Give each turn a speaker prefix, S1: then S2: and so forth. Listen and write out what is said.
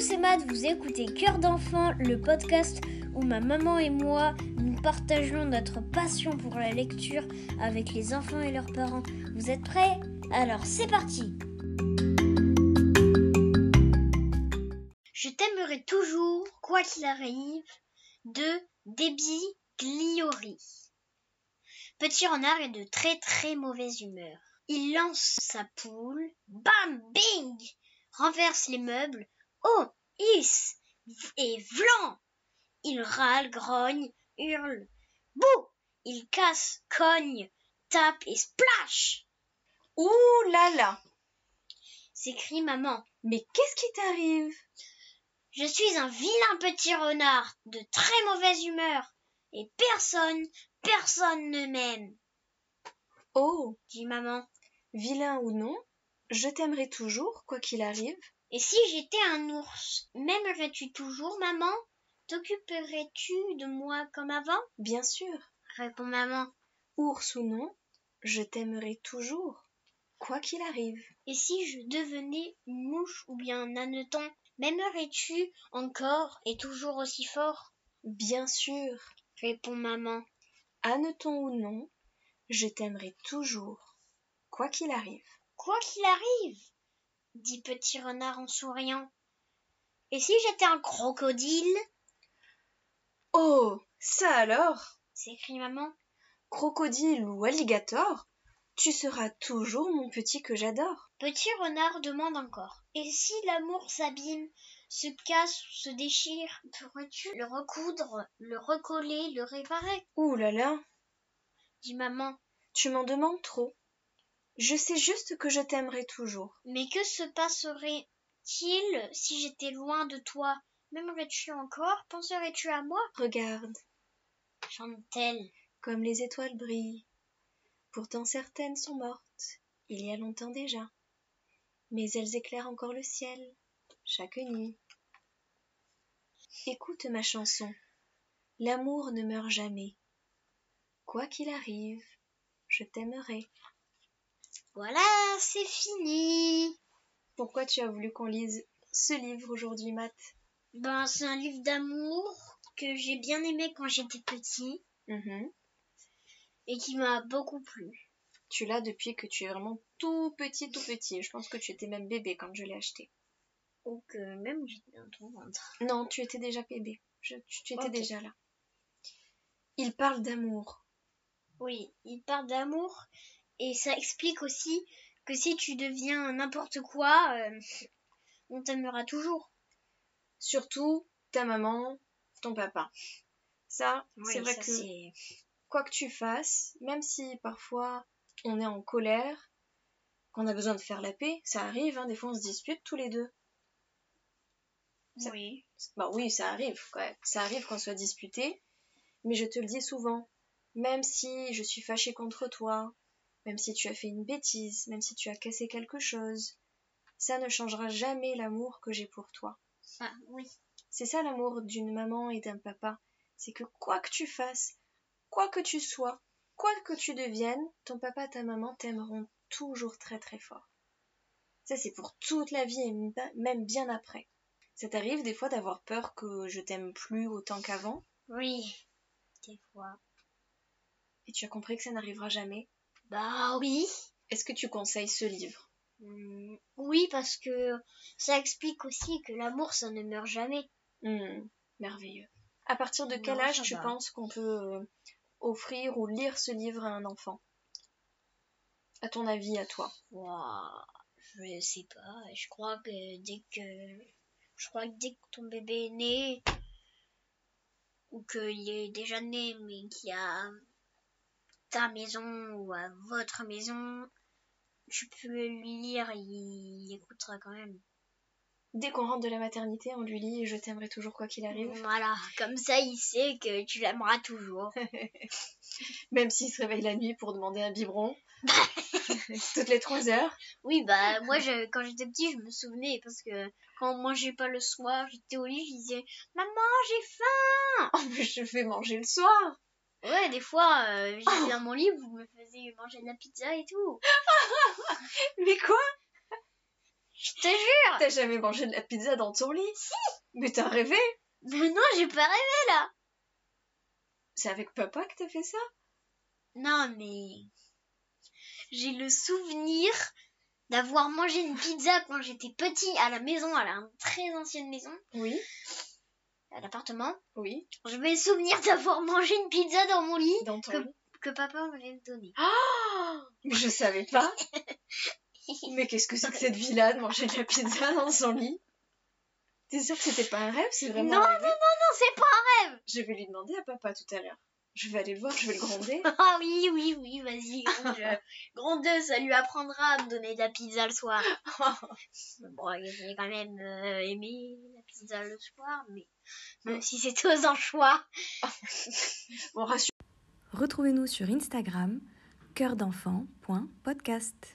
S1: c'est Matt, vous écoutez Cœur d'enfant, le podcast où ma maman et moi, nous partageons notre passion pour la lecture avec les enfants et leurs parents. Vous êtes prêts Alors c'est parti Je t'aimerai toujours, quoi qu'il arrive, de Debbie Gliori. Petit renard est de très très mauvaise humeur. Il lance sa poule, bam, bing renverse les meubles, oh, hiss et vlan. Il râle, grogne, hurle, bouh. Il casse, cogne, tape et splash.
S2: Ouh là là
S1: S'écrie maman.
S2: Mais qu'est-ce qui t'arrive
S1: Je suis un vilain petit renard de très mauvaise humeur et personne, personne ne m'aime,
S2: Oh,
S1: dit maman.
S2: vilain ou non, je t'aimerai toujours, quoi qu'il arrive.
S1: Et si j'étais un ours, m'aimerais-tu toujours, maman T'occuperais-tu de moi comme avant
S2: Bien sûr,
S1: répond maman.
S2: ours ou non, je t'aimerai toujours, quoi qu'il arrive.
S1: Et si je devenais une mouche ou bien un hanneton, m'aimerais-tu encore et toujours aussi fort
S2: Bien sûr,
S1: répond maman.
S2: hanneton ou non, je t'aimerai toujours, quoi qu'il arrive.
S1: Quoi qu'il arrive, dit Petit Renard en souriant. Et si j'étais un crocodile
S2: Oh, ça alors
S1: s'écrie maman.
S2: Crocodile ou alligator, tu seras toujours mon petit que j'adore.
S1: Petit Renard demande encore. Et si l'amour s'abîme, se casse ou se déchire, pourrais-tu le recoudre, le recoller, le réparer
S2: Ouh là là,
S1: dit maman.
S2: tu m'en demandes trop. Je sais juste que je t'aimerai toujours.
S1: Mais que se passerait-il si j'étais loin de toi M'aimerais-tu encore Penserais-tu à moi
S2: Regarde,
S1: chante-t-elle.
S2: comme les étoiles brillent. Pourtant certaines sont mortes, il y a longtemps déjà. Mais elles éclairent encore le ciel, chaque nuit. Écoute ma chanson. L'amour ne meurt jamais. Quoi qu'il arrive, je t'aimerai.
S1: Voilà, c'est fini.
S2: Pourquoi tu as voulu qu'on lise ce livre aujourd'hui, Matt
S1: Ben, c'est un livre d'amour que j'ai bien aimé quand j'étais petit
S2: Mm-hmm.
S1: et qui m'a beaucoup plu.
S2: Tu l'as depuis que tu es vraiment tout petit, tout petit. Je pense que tu étais même bébé quand je l'ai acheté.
S1: Ou que euh, même j'étais dans ton ventre.
S2: Non, tu étais déjà bébé. Je- tu, tu étais
S1: Ok.
S2: déjà là. Il parle d'amour.
S1: Oui, il parle d'amour et ça explique aussi que si tu deviens n'importe quoi, euh, on t'aimera toujours.
S2: Surtout ta maman, ton papa. Ça, c'est vrai que quoi que tu fasses, même si parfois on est en colère, qu'on a besoin de faire la paix, ça arrive, hein, des fois on se dispute tous les deux. ça-
S1: Oui.
S2: Bah oui, ça arrive, quoi. Ça arrive qu'on soit disputé, mais je te le dis souvent. Même si je suis fâchée contre toi, même si tu as fait une bêtise, même si tu as cassé quelque chose, ça ne changera jamais l'amour que j'ai pour toi.
S1: Ah, oui.
S2: C'est ça l'amour d'une maman et d'un papa. C'est que quoi que tu fasses, quoi que tu sois, quoi que tu deviennes, ton papa, ta maman t'aimeront toujours très très fort. Ça c'est pour toute la vie et m- même bien après. Ça t'arrive des fois d'avoir peur que je t'aime plus autant qu'avant
S1: Oui. Des fois.
S2: et tu as compris que ça n'arrivera jamais.
S1: Bah oui.
S2: Est-ce que tu conseilles ce livre
S1: Hmm, Oui, parce que ça explique aussi que l'amour, ça ne meurt jamais.
S2: Hmm, Merveilleux. À partir de quel
S1: Non,
S2: âge
S1: ça
S2: tu
S1: va.
S2: penses qu'on peut euh, offrir ou lire ce livre à un enfant À ton avis, à toi
S1: Ouah, je sais pas. Je crois que dès que je crois que dès que ton bébé est né ou qu'il est déjà né mais qu'il y a ta maison ou à votre maison, tu peux lui lire, il écoutera quand même.
S2: Dès qu'on rentre de la maternité, on lui lit Je t'aimerai toujours quoi qu'il arrive.
S1: Voilà, comme ça il sait que tu l'aimeras toujours.
S2: Même s'il se réveille la nuit pour demander un biberon. Toutes les trois heures.
S1: Oui, bah moi je, quand j'étais petit, je me souvenais parce que quand on mangeait pas le soir, j'étais au lit, je disais "Maman, j'ai faim."
S2: En plus, je fais manger le soir.
S1: Ouais, des fois, euh, j'étais dans mon lit, vous me faisiez manger de la pizza et tout.
S2: Mais quoi
S1: Je te jure.
S2: T'as jamais mangé de la pizza dans ton lit Si Mais t'as rêvé
S1: Mais non, j'ai pas rêvé.
S2: C'est avec papa que t'as fait ça
S1: Non, mais. J'ai le souvenir d'avoir mangé une pizza quand j'étais petit à la maison, à la très ancienne maison,
S2: Oui.
S1: à l'appartement.
S2: Oui.
S1: Je me souvenir d'avoir mangé une pizza dans mon lit
S2: Dans ton lit.
S1: que papa m'avait donnée.
S2: Ah Mais Je savais pas. Mais qu'est-ce que c'est que cette vie-là de manger de la pizza dans son lit T'es sûr que c'était pas un rêve C'est vraiment
S1: Non,
S2: un rêve
S1: Non, c'est pas
S2: Je vais lui demander à papa tout à l'heure. Je vais aller le voir, je vais le gronder.
S1: Ah oui, oui, oui, vas-y, gronde, euh, gronde, ça lui apprendra à me donner de la pizza le soir. bon, j'ai quand même euh, aimé la pizza le soir, mais même si c'était aux anchois.
S2: Bon, rassure.
S3: Retrouvez-nous sur Instagram cœurdenfant.podcast.